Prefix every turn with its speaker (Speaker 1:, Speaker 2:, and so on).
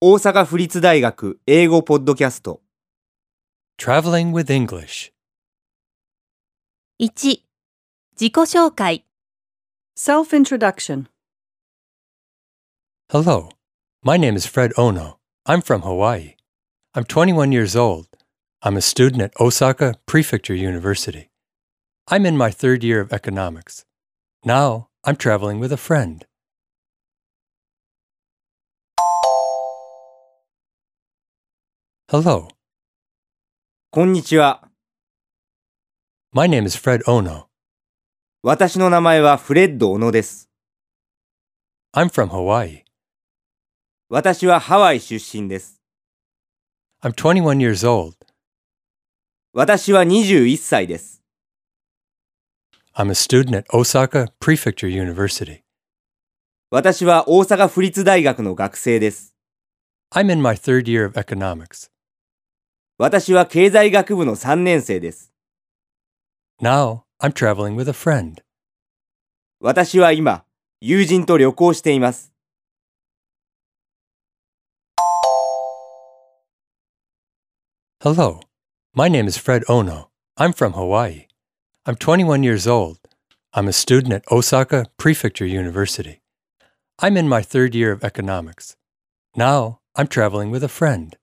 Speaker 1: 大阪府立大学英語ポッドキャスト
Speaker 2: Traveling with English.
Speaker 3: 1. 自己紹介
Speaker 4: Self introduction.
Speaker 2: Hello. My name is Fred Ono. I'm from Hawaii. I'm 21 years old. I'm a student at Osaka Prefecture University. I'm in my third year of economics. Now I'm traveling with a friend. 'Hello.
Speaker 1: こんにちは
Speaker 2: My name is Fred Ono.
Speaker 1: 私の名前はフレッド・オノです
Speaker 2: I'm from Hawaii.
Speaker 1: 私はハワイ出身です
Speaker 2: I'm 21 years old.
Speaker 1: 私は21歳です
Speaker 2: I'm a student at Osaka Prefecture University.
Speaker 1: 私は大阪府立大学の学生です
Speaker 2: I'm in my third year of economics.
Speaker 1: 私は経済学部の3年生です
Speaker 2: Now I'm traveling with a friend.
Speaker 1: 私は今友人と旅行しています
Speaker 2: Hello. My name is Fred Ono. I'm from Hawaii. I'm 21 years old. I'm a student at Osaka Prefecture University. I'm in my third year of economics. Now I'm traveling with a friend.